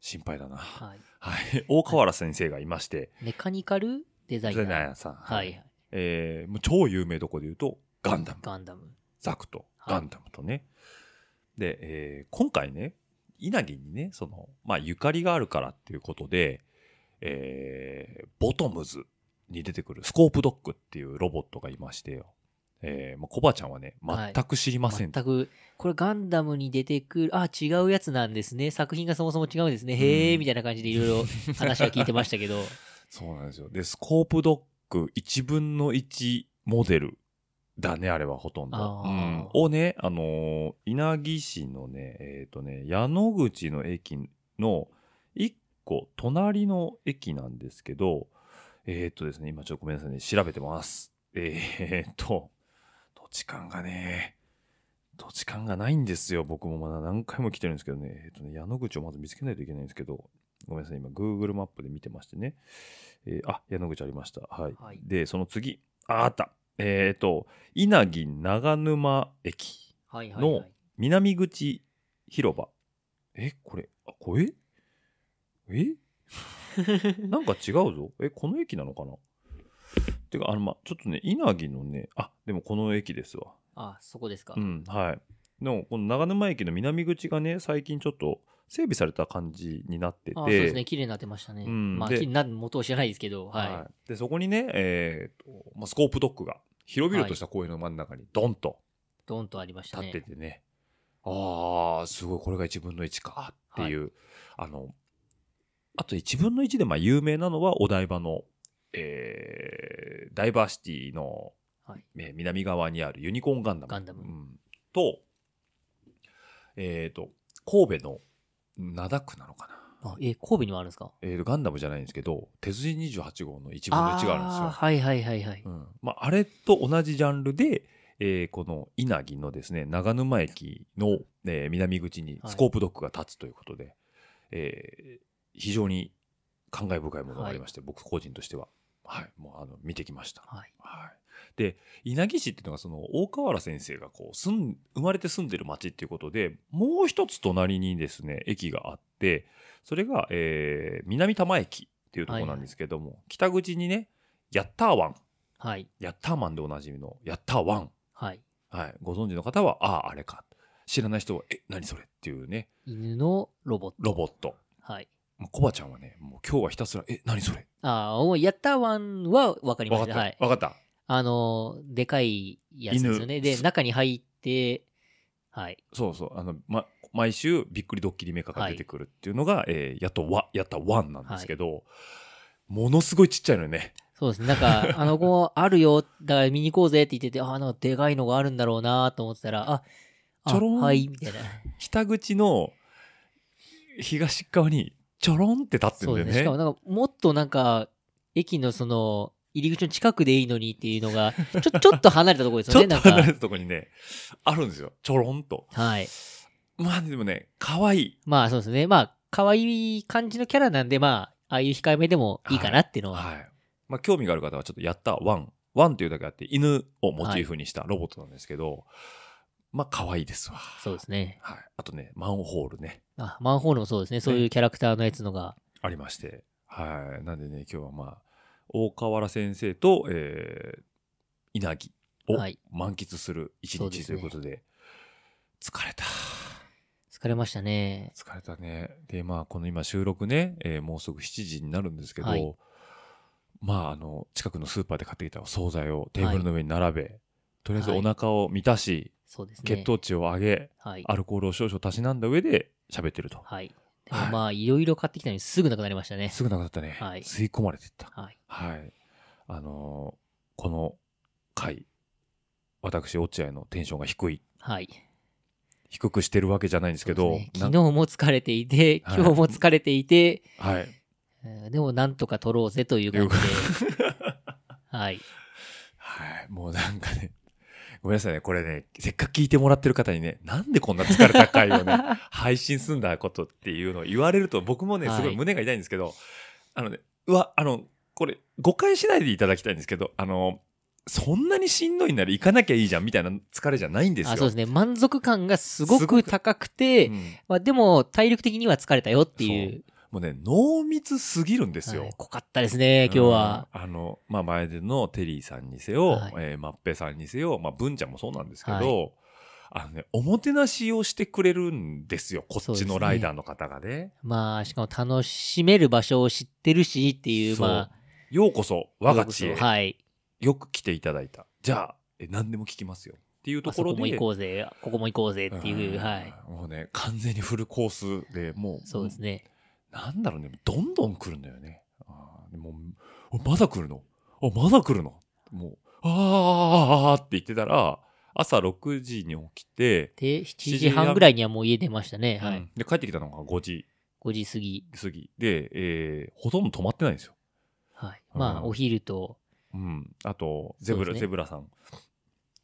B: 心配だな、は
C: はい。
B: い、 大河原先生がいまして、
C: メカニカルデザイナ
B: ゼ
C: ー。
B: ナヤさん、
C: はいはい。
B: えーもう超有名どこで言うとガンダム
C: ガンダム。
B: ザクと
C: はい
B: ガンダムとね、で、えー今回ね稲城にねその、まあ、ゆかりがあるからっていうことで、えーボトムズに出てくるスコープドッグっていうロボットがいましてよえーまあ、コバちゃんはね、
C: はい
B: 全く知りません。
C: 全く、これガンダムに出てくる、あ、違うやつなんですね。作品がそもそも違うんですね。へ
B: う
C: え、
B: ん
C: みたいな感じでいろいろ 話は聞いてましたけど。
B: そうなんですよ。で、スコープドック1分の1モデルだね、あれはほとんど
C: あ。
B: う
C: ー
B: んをね、あのー稲城市のね、えっ、とね、矢野口の駅の1個隣の駅なんですけど、えっ、とですね、今ちょっとごめんなさいね、調べてます。えっ、と、土地勘がね、土地勘がないんですよ。僕もまだ何回も来てるんですけどね。えっ、とね、矢野口をまず見つけないといけないんですけど、ごめんなさい、今、Google マップで見てましてね。えーあ、矢野口ありました。はい。
C: はい
B: で、その次、あ、あった。えっ、と、稲城長沼駅、
C: はいはい、は
B: の
C: い。
B: 南口広場。え、これ、あ、これ えなんか違うぞ。え、この駅なのかなてか、あの、ま、ちょっとね、稲城のね、あ、でもこの駅ですわ。
C: あ、そこですか。
B: うん、はい。の、この長沼駅の南口がね、最近ちょっと整備された感じになってて。
C: あ、そうですね。綺麗になってましたね。
B: うん
C: まあ、
B: で
C: 綺麗になる元を知らないですけど、はい。
B: はいでそこにね、えーとまあ、スコープドッグが広々とした公園の真ん中にドンと
C: ドンとありました
B: 立
C: ね。
B: っててね、ああすごいこれが1分の1かっていう、あのあと1分の1でまあ有名なのはお台場の、えーダイバーシティの、
C: はい
B: えー南側にあるユニコーンガンダム
C: ガンダム
B: うんと,、えー、と神戸の灘区なのかな。
C: あえ、神戸にもあるんですか
B: えーとガンダムじゃないんですけど、鉄人28号の1分の1があるんですよ。
C: ーはいはいはいはい。
B: うんまあ、あれと同じジャンルで、えーこの稲城のですね長沼駅の、えー南口にスコープドッグが立つということで、えー非常に感慨深いものがありまして、僕個人としては、はい、もうあの見てきました。
C: はい。
B: はい、で稲城市っていうのがその大河原先生がこう住ん生まれて住んでる町っていうことでもう一つ隣にですね駅があってそれが、えー南多摩駅っていうところなんですけども、北口にねヤッター湾
C: はい。
B: ヤッターマンでおなじみのヤッターワン。
C: はい。
B: はい。ご存知の方は、ああ、あれか。知らない人は、え、何それっていうね、
C: 犬のロボット。
B: ロボット。
C: はい。
B: もうコバちゃんはね、もう今日はひたすら、え、何それ
C: ああ、おやったワンは分かりま
B: わかっ
C: し。
B: たた。
C: は
B: わ
C: い。
B: かった。
C: あの、でかいやつですよね。
B: 犬
C: で、中に入って、はい。
B: そうそう。あの、ま、毎週、びっくりドッキリメカが出てくるっていうのが、えーやっとわ、やったワンなんですけど、ものすごいちっちゃいのよね。
C: そうですね。なんか、あの子あるよ。だから見に行こうぜって言ってて、ああ、なんかでかいのがあるんだろうなと思ってたら、あ、あ
B: ちょろん
C: はい、みたいな。
B: 北口の東側に、ちょろんって立ってる
C: そ
B: ん
C: う
B: だよ
C: です
B: ね。
C: ね。しかも、なんか、もっとなんか、駅のその、入り口の近くでいいのにっていうの が、ちょ、ちょっと離れたところです
B: ち
C: よ
B: ょ
C: ね。
B: っと
C: なん
B: 離れ
C: か。
B: たとこにね、あるんですよ。ちょろんと。
C: はい。
B: まあでもね、可愛い。
C: まあそうですね。まあ、可愛い感じのキャラなんで、まあ、ああいう控えめでもいいかなっていうのは。
B: はい。まあ、興味がある方はちょっとやったワン。ワンっていうだけあって、犬をモチーフにしたロボットなんですけど、まあ、可愛いですわ。
C: そうですね。
B: はい。あとね、マンホールね、
C: あ、マンホールもそうですね。そういうキャラクターのやつのが。
B: ありまして。はい。なんでね、今日はまあ、大河原先生と、えー、稲城を
C: はい
B: 満喫する一
C: そうで
B: 日
C: す
B: とい
C: ね
B: うことで、疲れた。
C: 疲れましたね。
B: 疲れたね。で、まあ、この今収録ね、えーもうすぐ7時になるんですけど、
C: はい
B: まあ、あの、近くのスーパーで買ってきたお惣菜をテーブルの上に並べ、とりあえずお腹を満たし、
C: そうですね。
B: 血糖値を上げ、
C: はい。
B: アルコールを少々たしなんだ上で喋ってると。
C: はい。でもまあ、いろいろ買ってきたのにすぐなくなりましたね。
B: すぐなくなったね。
C: はい
B: 吸い込まれてった。
C: はい。
B: はい。あのーこの回、私、落合のテンションが低い。
C: はい。
B: 低くしてるわけじゃないんですけ
C: そ
B: ど、
C: うですね
B: な
C: 昨
B: ん
C: 日も疲れていて、
B: は
C: 今
B: い
C: 日も疲れていて、
B: はい。
C: うんでもなんとか取ろうぜという感じで。はい。
B: はい、もうなんかね、ごめんなさいね、これね、せっかく聞いてもらってる方にね、なんでこんな疲れた回をね、 配信すんだことっていうのを言われると、僕もね、
C: はい
B: すごい胸が痛いんですけど、あのね、うわ、あの、これ、誤解しないでいただきたいんですけど、あの、そんなにしんどいなら行かなきゃいいじゃんみたいな疲れじゃないんですよ。
C: あそうですね。満足感がすご
B: すご
C: く
B: く
C: 高くて、
B: うん
C: まあ、でも体力的には疲れたよっていう。
B: もうね、濃密すぎるんですよ。
C: はい濃かったですね、今日は。
B: うん。あの、まあ、前でのテリーさんにせよ、
C: はい
B: えーマッペさんにせよ、まあ、文ちゃんもそうなんですけど、
C: は
B: あのね、おもてなしをしてくれるんですよ、こ
C: そ
B: っ
C: うで
B: ち
C: すね
B: のライダーの方がね。
C: まあ、しかも楽しめる場所を知ってるしっていう、
B: そう
C: まあ、
B: ようこそ、我が地へ、
C: はい。
B: よく来ていただいた。じゃあ、え何でも聞きますよっていうと
C: あ
B: こ
C: そ
B: ろ
C: こ
B: で
C: も行こうぜ、ここも行こうぜっていう、
B: ん
C: はい。
B: もうね完全にフルコースでもう
C: そうですね。
B: なんだろうねどんどん来るんだよねあーでもうおまだ来るのあまだ来るのもうあーあーあーあーって言ってたら朝6時に起きて、
C: で、7時半ぐらいにはもう家出ましたね。は
B: う
C: い
B: ん。で帰ってきたのが5時
C: 5時過ぎ。
B: 過ぎで、えーほとんど止まってないんですよ、
C: はい。
B: うん
C: まあ、お昼と、
B: うん、あとゼブ
C: そう
B: ラ、
C: ですね
B: ゼブラさん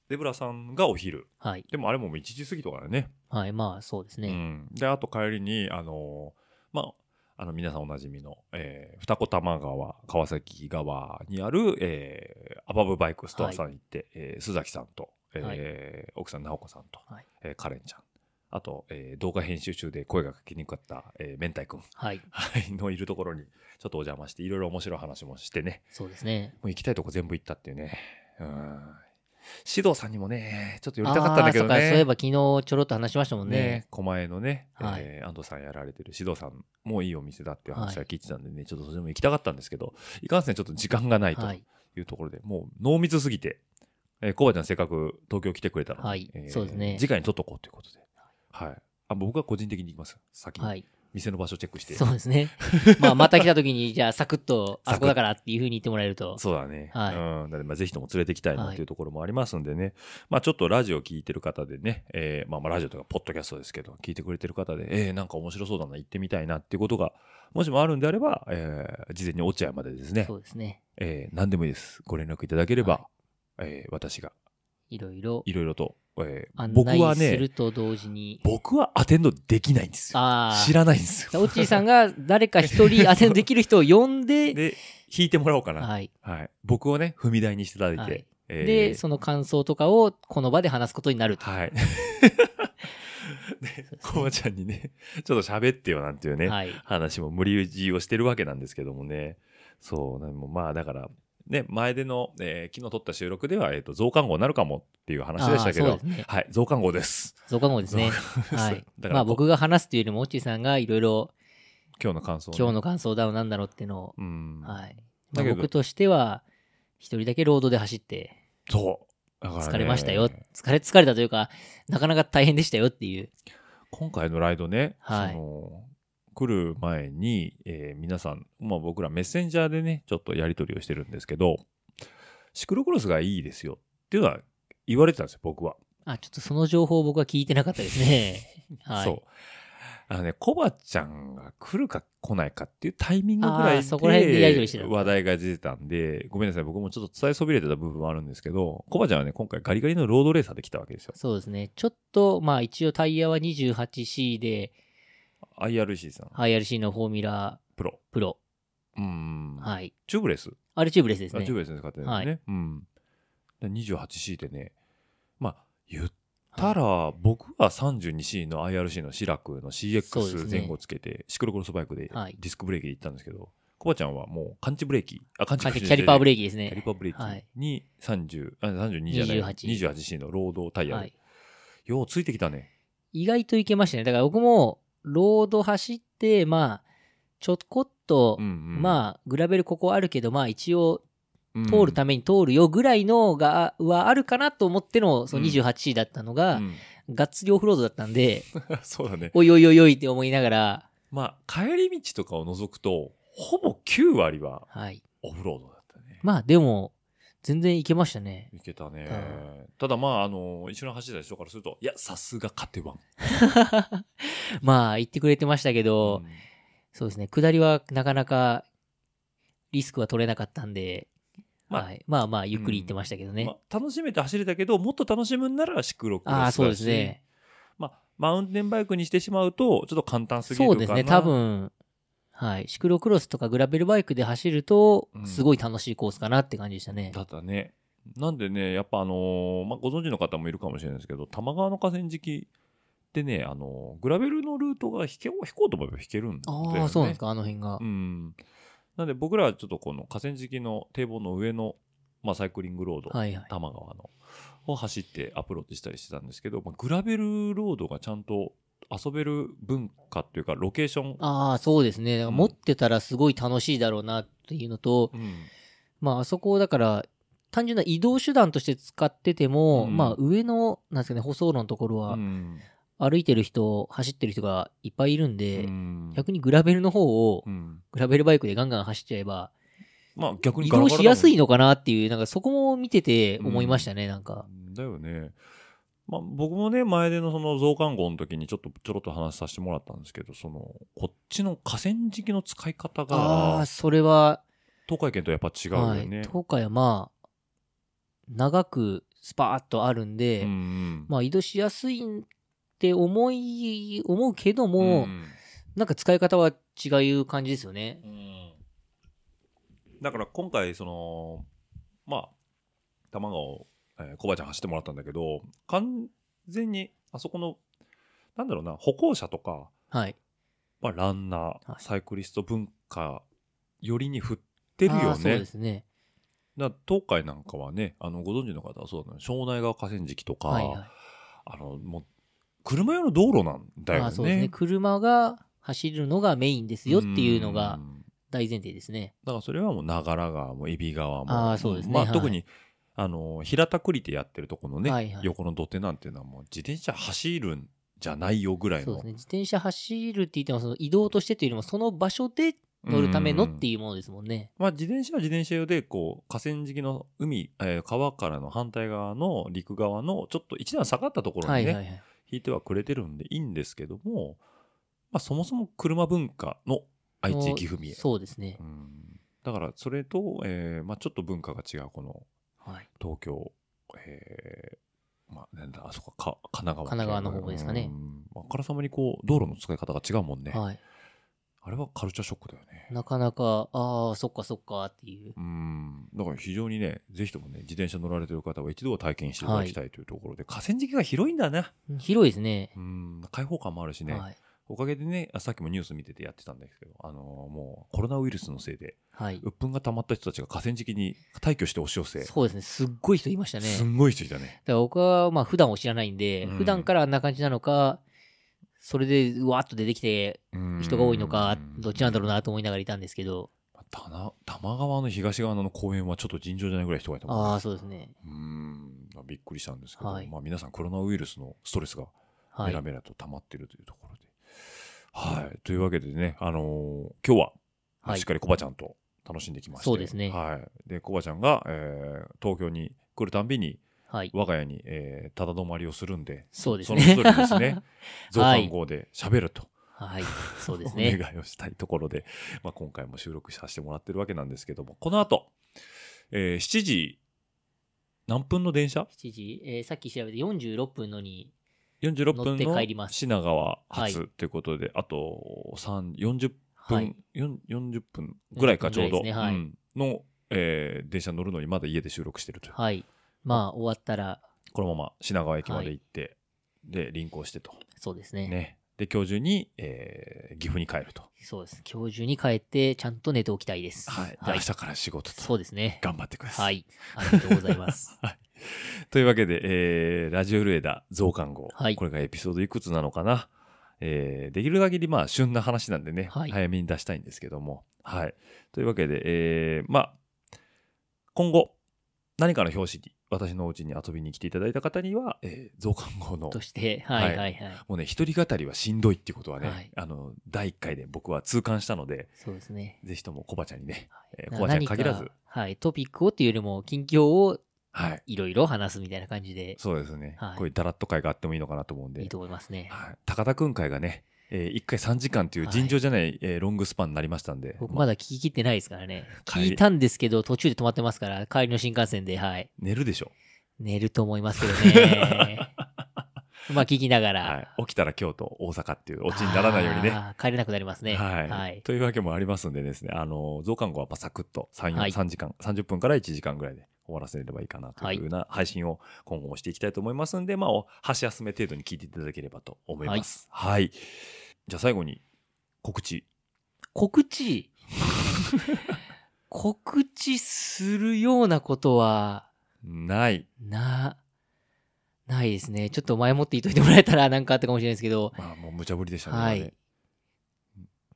B: ゼブラさんがお昼
C: はい。
B: でもあれももう1時過ぎとかだよね
C: はい。まあ、そうです
B: う
C: ね。
B: ん、であと帰りにあのーまああの皆さんおなじみの、えー二子玉川川崎川にある、えーアバブバイクストアさん行って、えー須崎さんと、えー
C: はい
B: 奥さん直子さんと、
C: はい
B: えーカレンちゃんあと、えー動画編集中で声がかけにくかった、えー明太くん
C: はい。
B: はいのいるところにちょっとお邪魔していろいろ面白い話もしてね
C: そうですね。
B: もう行きたいとこ全部行ったっていうねうん指導さんにもねちょっと寄りたかったんだけど
C: あーそっ
B: ね
C: かそういえば昨日ちょろっと話しましたもんね。
B: ね、狛江のね、
C: はい
B: えー安藤さんやられてる指導さんもいいお店だっていう話は聞いてたんでね、ちょっとそれも行きたかったんですけど、いかんせんちょっと時間がないと
C: はい。
B: いうところで、もう濃密すぎて、えー、コバちゃんせっかく東京来てくれたので、
C: はい
B: えー
C: そうですね
B: 次回に撮っとこうということで、はい。あ僕は個人的に行きます。先に、
C: はい。
B: 店の場所チェックして。
C: そうで すね。まあ、また来た時に、じゃあ、サクッと、あそこだからっていうふうに言ってもらえると。
B: そうだね。
C: はい
B: うん。なので、まあ、ぜひとも連れてきたいな
C: はい
B: というところもありますんでね。まあ、ちょっとラジオ聞いてる方でね、えーまあ、まあ、ラジオとか、ポッドキャストですけど、聞いてくれてる方で、えーなんか面白そうだな、行ってみたいなっていうことが、もしもあるんであれば、えー事前に落合までですね
C: そ、うですね。
B: えー何でもいいです。ご連絡いただければ、
C: はい
B: えー私が、
C: いろいろ
B: いろいろと、えー
C: 案
B: 僕は
C: 内す
B: ね
C: る、と同時に。
B: 僕はアテンドできないんですよ。
C: ああ。
B: 知らないんですよ。
C: オッチーさんが誰か一人アテンドできる人を呼んで、
B: で、弾いてもらおうかな。はい。
C: はい。
B: 僕をね、踏み台にしていただいて、
C: はい
B: えー
C: で、その感想とかをこの場で話すことになると。
B: はい。で、コバちゃんにね、ちょっと喋ってよなんていうね、
C: はい。
B: 話も無理打ちをしてるわけなんですけどもね。そう、でもまあだから、ね、前での、えー昨日撮った収録では、えっ、と、増刊号になるかもっていう話でしたけ
C: ああ
B: ど
C: そう、ですね。
B: はい、増刊号です。
C: 増刊号で すね。
B: です
C: はい。
B: だから
C: まあ僕が話すというよりも、オッチーさんがいろいろ
B: 今日の感想、
C: 今日
B: の。
C: の感想だろうなんだろうっていうのを、
B: うん。
C: はい。
B: だ
C: まあ
B: けど
C: 僕としては、一人だけロードで走って、
B: そう。だからね
C: 疲れましたよ。疲れ、疲れたというか、なかなか大変でしたよっていう。
B: 今回のライドね、
C: はい
B: その来る前に、えー皆さん、まあ、僕らメッセンジャーでねちょっとやり取りをしてるんですけどシクロクロスがいいですよっていうのは言われてたんですよ僕は、
C: あ、ちょっとその情報を僕は聞いてなかったです ね。はい。
B: そうあのねコバちゃんが来るか来ないかっていうタイミングぐらい
C: あーそこら辺でやり取りして
B: で
C: た
B: 話題が出てたんでごめんなさい僕もちょっと伝えそびれてた部分もあるんですけどコバちゃんはね今回ガリガリのロードレーサーで来たわけですよ
C: そうですね。ちょっと、まあ一応タイヤは 28C で、
B: IRC さん
C: IRC のフォーミュラ
B: プロ
C: プロ。
B: うん、
C: はい。
B: チューブレス
C: あれチューブレスです
B: あ
C: ね
B: ジュ。ベ先生買ってるんですね。うん。で 28C でね、まあ、言ったら、僕は 32C の IRC のシラクの
C: そうです
B: CX
C: ね
B: 前後つけて、シクロクロスバイクで
C: はい
B: ディスクブレーキで行ったんですけど、コバちゃんはもう感知ブレーキ、あ、感知
C: キ
B: ブレーキ。
C: ャリパーブレ
B: ーキ。
C: ーキです
B: キャリ
C: ね。
B: パーブレー
C: はい
B: キに30、あ32じゃない、
C: 28
B: 28C のロードタイヤで、
C: はい。
B: ようついてきたね。
C: 意外といけましたね。だから僕も、ロード走って、まあ、ちょこっと、
B: まあ、
C: まあ、グラベルここあるけど、まあ一応
B: うん
C: 通るために通るよぐらいのが、はあるかなと思っての、その 28C だったのが、
B: うん
C: がっつりオフロードだったんで、
B: そうだね。
C: おいおいおいおいって思いながら、
B: まあ、帰り道とかを除くと、ほぼ9割は
C: はい。
B: オフロードだったね。
C: まあでも、全然いけましたね。
B: いけたね、
C: う
B: ただまああの一緒に走ってた人からするといやさすが勝てばん、
C: まあ言ってくれてましたけど、
B: うん
C: そうですね、下りはなかなかリスクは取れなかったんで、
B: まあ
C: はい、まあまあゆっくり行ってましたけどね。
B: まあ、楽しめて走れたけどもっと楽しむんならシクロクロスだし
C: ああ、そうですね。
B: まあ、マウンテンバイクにしてしまうとちょっと簡単すぎる
C: そ
B: か
C: う
B: な
C: ですね、多分、はい、シクロクロスとかグラベルバイクで走ると
B: う、ん
C: すごい楽しいコースかなって感じでしたね。
B: だったねなんでねやっぱあのーまあ、ご存知の方もいるかもしれないですけど玉川の河川敷でね、あのーグラベルのルートが引け引こうと思えば引けるんだよね
C: ああ、そうなんですか、あの辺が
B: う。ん。なんで僕らはちょっとこの河川敷の堤防の上の、まあ、サイクリングロード、
C: はいはい。
B: 多摩川のを走ってアプローチしたりしてたんですけど、まあ、グラベルロードがちゃんと遊べる文化っていうかロケーション、
C: ああ、そうですね。だから持ってたらすごい楽しいだろうなっていうのと、
B: うん
C: まあ、あそこをだから、単純な移動手段として使ってても、
B: うん
C: まあ上の、なんですかね、舗装路のところは、
B: うん
C: 歩いてる人、走ってる人がいっぱいいるんで、
B: うん
C: 逆にグラベルの方を
B: う、ん
C: グラベルバイクでガンガン走っちゃえば、
B: まあ逆に
C: 移
B: ガラガラ
C: 動
B: だもん
C: しやすいのかなっていう、なんかそこも見てて思いましたね、なんか。
B: だよね。まあ、僕もね、前でのその増刊号の時にちょっとちょろっと話させてもらったんですけど、その、こっちの河川敷の使い方
C: ああ
B: が
C: ー、、それは、
B: 東海圏とやっぱ違うよ
C: はい、
B: ね。
C: 東海はまあ、長くスパーッとあるん
B: う
C: で、
B: んうん
C: まあ移動しやすいって思い、思うけども、
B: うん
C: なんか使い方は違う感じですよね。
B: だから今回、その、まあ、多摩川を、えーコバちゃん走ってもらったんだけど、完全に、あそこの、なんだろうな、歩行者とか、
C: はい。
B: まあ、ランナー、
C: はい
B: サイクリスト文化よりに振ってる
C: あー
B: よ
C: そう
B: ね
C: で。すね。
B: だから東海なんかはねあのご存知の方はそうだね庄内川河川敷とか、
C: はい、はい。
B: あのもう車用の道路なんだよね。
C: あーそうですね。車が走るのがメインですよっていうのが
B: ん
C: 大前提ですね。
B: だからそれはもう長良川も揖斐川も
C: あーそうですね
B: まあ
C: はい
B: 特にあの平田栗でやってるとこのね、
C: はいはい
B: 横の土手なんていうのはもう自転車走るんじゃないよぐらい
C: そ
B: の
C: うですね。自転車走るって言っても、その移動としてというよりも、その場所で乗るためのっていうものですもんね。
B: まあ、自転車は自転車用でこう河川敷の海、えー川からの反対側の陸側のちょっと一段下がったところにね、
C: はいはいはい。
B: 引いてはくれてるんでいいんですけども、まあ、そもそも車文化の愛知岐阜三重
C: そうですね
B: う。んだからそれと、えーまあ、ちょっと文化が違うこの
C: はい。
B: 東京、えーまあ、なんだあそこか神奈川
C: 神奈川の方ですかね
B: うんまああからさまにこう道路の使い方が違うもんね、
C: はい。
B: あれはカルチャーショックだよね
C: なかなか、ああ、そっかそっかっていう。
B: うんだから非常にねぜひともね自転車乗られてる方は一度は体験していただきたいというところで、河川敷が広いんだね
C: 広いですね。
B: うん開放感もあるしね、
C: はい。
B: おかげでね、あさっきもニュース見ててやってたんですけど、あのーもうコロナウイルスのせいで、
C: はい。
B: 鬱憤が溜まった人たちが河川敷に退去して押し寄せ、
C: そうですね。すっごい人いましたね。
B: すんごい人いたね。
C: だから僕は、まあ、普段を知らないんで、
B: うん
C: 普段からあんな感じなのか、それで、うわーっと出てきて、人が多いのか、どっちなんだろうなと思いながらいたんですけど、
B: う。たな多摩川の東側の公園はちょっと尋常じゃないぐらい人がいたもんね
C: ああ、そうですね。
B: うん、まあびっくりしたんですけど、
C: はい
B: まあ皆さんコロナウイルスのストレスが
C: は
B: メ
C: い
B: ラ。メラと溜まってるというところで。はい。というわけでね、あのー今日は
C: はい
B: しっかりコバちゃんと楽しんできました。
C: そうですね
B: はい。で、コバちゃんが、えー東京に来るたんびに、
C: はい。
B: 我が家に、えーただ止まりをするんで、
C: そうです
B: その
C: ね。、
B: 一人ですね増刊号で喋ると、
C: はい。そうです
B: お
C: ね。
B: 願いをしたいところで、まあ、今回も収録させてもらってるわけなんですけども、この後、えー7時、何分の電車
C: 7時、えーさっき調べて46分のに、
B: ?46
C: 乗
B: 分
C: って帰り
B: の
C: ます
B: 品川
C: は
B: 発ということで、あと3 40分、
C: はい
B: 4 40分ぐらいかちょうど、
C: 40分ぐらいですねはい
B: うんの、えー電車に乗るのにまだ家で収録してるという、
C: はい。まあ、終わったら、
B: このまま品川駅まで行って、で、輪行してと。
C: そうですね。
B: ね。で、今日中に、えー岐阜に帰ると。
C: そうです。今日中に帰って、ちゃんと寝ておきたいです。
B: で明日から仕事
C: そ
B: と。
C: うですね。
B: 頑張ってくださ。
C: はいい。ありがとうござい ます。
B: はい。というわけで、えーラジオルエダ増刊号。
C: はい
B: これがエピソードいくつなのかな。えーできる限り、まあ、旬な話なんでね、
C: はい
B: 早めに出したいんですけども。はい。というわけで、えーまあ、今後、何かの表紙に、私のお家に遊びに来ていただいた方には、えー増刊号の
C: として、はいはいはい。
B: もうね、一人語りはしんどいっていうことはね、
C: はい
B: あの、第1回で僕は痛感したので、
C: そうですね。
B: ぜひともコバちゃんにね、えー
C: な
B: コバちゃんに限らず
C: 何かはい。トピックをっていうよりも、近況を
B: はい。
C: いろいろ話すみたいな感じで、
B: そうですね。
C: はい
B: こういうダラッと会があってもいいのかなと思うんで。
C: いいと思いますね。
B: はい。高田くん会がね、え1回3時間という尋常じゃない、えーロングスパンになりましたんで。
C: 僕
B: ま
C: まだ聞き切ってないですからね。
B: 帰り
C: 聞いたんですけど、途中で止まってますから、帰りの新幹線で、はい。
B: 寝るでしょ。
C: 寝ると思いますけど ね。まあ聞きながら。
B: はい。起きたら京都、大阪っていうオチにならないようにね。
C: あー。帰れなくなりますね。
B: はい、
C: はい。
B: というわけもありますんでですね、あの、増刊号はまあサクッと3、
C: はい
B: 3時間、30分から1時間ぐらいで終わらせればいいかなというような配信を今後もしていきたいと思いますんで、まあ、お箸休め程度に聞いていただければと思います。はい。じゃあ最後に告知。
C: 告知 告知するようなことは、
B: ない。
C: な、ないですね。ちょっと前もって言っといてもらえたらなんかあったかもしれないですけど、
B: まあ、もう無茶ぶりでしたね。
C: はい
B: 今ね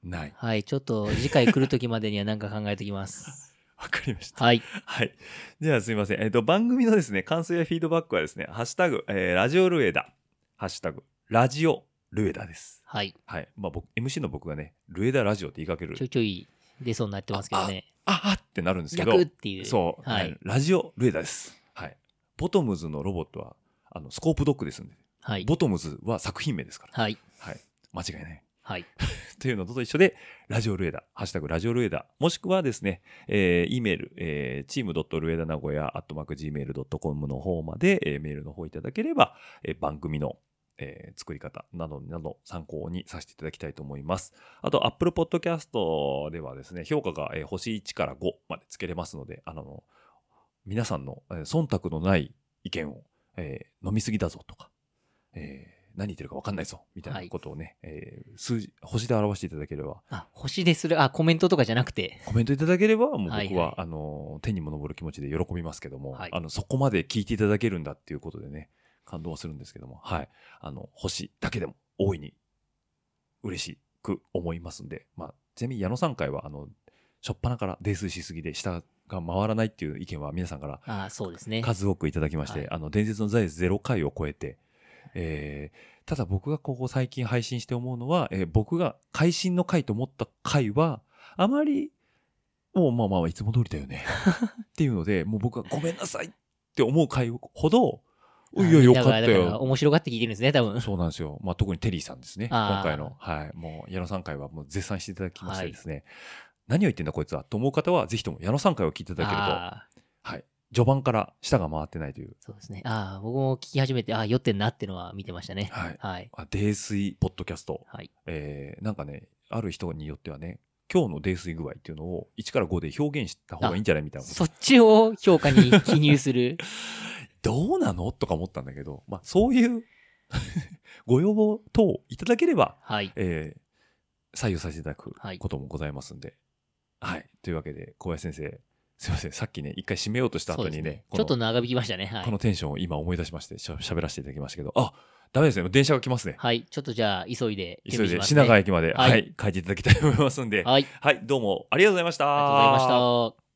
B: ない。
C: はい、ちょっと次回来る時までには何か考えときます。
B: わかりました。
C: はい。
B: はい。じゃあすいません。えっ、と、番組のですね、感想やフィードバックはですね、ハッシュタグ、えーラジオルエダ、ハッシュタグ、ラジオルエダです。
C: はい。
B: はい。まあ僕、MC の僕がね、ルエダラジオって言いかける
C: ちょ、いちょい出そうになってますけどね。
B: ああってなるんですけど
C: 逆っ、ていう。
B: そう、
C: は
B: はい
C: い。
B: ラジオルエダです。はい。ボトムズのロボットは、あの、スコープドッグですんで、
C: はい。
B: ボトムズは作品名ですから、
C: はい。
B: はい。間違いない。
C: はい。
B: というのと一緒で、ラジオルエダ、ハッシュタグラジオルエダ、もしくはですね、えー、E メール、えー、チームルエダ名古屋、アットマーク Gmail.com の方まで、えーメールの方いただければ、えー番組の、えー作り方などなど参考にさせていただきたいと思います。あと、Apple Podcast ではですね、評価が、えー星1から5までつけれますので、あの、皆さんの、えー忖度のない意見を、えー飲みすぎだぞとか、えー何言ってるか分かんないぞみたいなことをね、えー数字星で表していただければ
C: あ、星でする、あ、コメントとかじゃなくて。
B: コメントいただければもう僕は、
C: はいはい
B: あの手にも昇る気持ちで喜びますけども、
C: はい
B: あのそこまで聞いていただけるんだっていうことでね感動はするんですけども、はい、あの星だけでも大いに嬉しく思いますんで、まあ、ちなみに矢野さん会はあの初っ端から泥酔しすぎで下が回らないっていう意見は皆さんから
C: あ、そうですね。
B: 数多くいただきまして、
C: はい
B: あの伝説の財0回を超えて、えーただ僕がここ最近配信して思うのは、えー僕が会心の回と思った回はあまりもうまあまあいつも通りだよ ねっていうのでもう僕はごめんなさいって思う回ほど
C: あ
B: いやよ
C: みん
B: か
C: な
B: った
C: がだから
B: よ
C: 面白がって聞いてるんですね、多分。
B: そうなんですよ、まあ、特にテリーさんですね今
C: あー
B: 回の、はい、もう矢野さん回はもう絶賛していただきましてですね、何を言ってんだこいつはと思う方はぜひとも矢野さん回を聞いていただけると
C: あー
B: はい序盤から舌が回ってないという
C: そうですね。ああ、僕も聞き始めて、ああ、酔ってんなってのは見てましたね。
B: はい
C: はい。
B: あ泥酔ポッドキャスト、
C: はい。
B: えーなんかねある人によってはね今日の泥酔具合っていうのを1から5で表現した方がいいんじゃないみたいなこと
C: そっちを評価に記入する。
B: どうなのとか思ったんだけど、まあ、そういう ご要望等いただければ、
C: はい。
B: えー採用させていただく
C: はい
B: こともございますんで、はいというわけで小林先生すいませんさっきね一回締めようとした
C: そ
B: 後
C: うです
B: にね
C: ね。
B: こ
C: ちょ
B: の
C: っと長引きましたね。は
B: こ
C: い
B: の。テンションを今思い出しましてしゃ喋らせていただきましたけどあダメですね電車が来ますね、
C: はい。ちょっとじゃあ、急いで準
B: 急い
C: 備し
B: で
C: ます、ね。
B: 品川駅まで、は
C: はいい
B: 書いていただきたいと思いますんで、
C: はい。
B: はい、どうもありがとうございました。
C: ありがとうございました。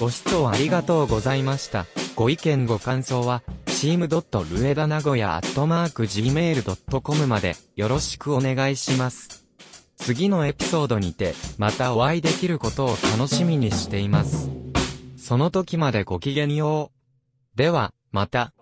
D: ご視聴ありがとうございました。ご意見ご感想は、チームドットルエダ名古屋アットマーク Gmail.com までよろしくお願いします。次のエピソードにて、またお会いできることを楽しみにしています。その時までごきげんよう。では、また。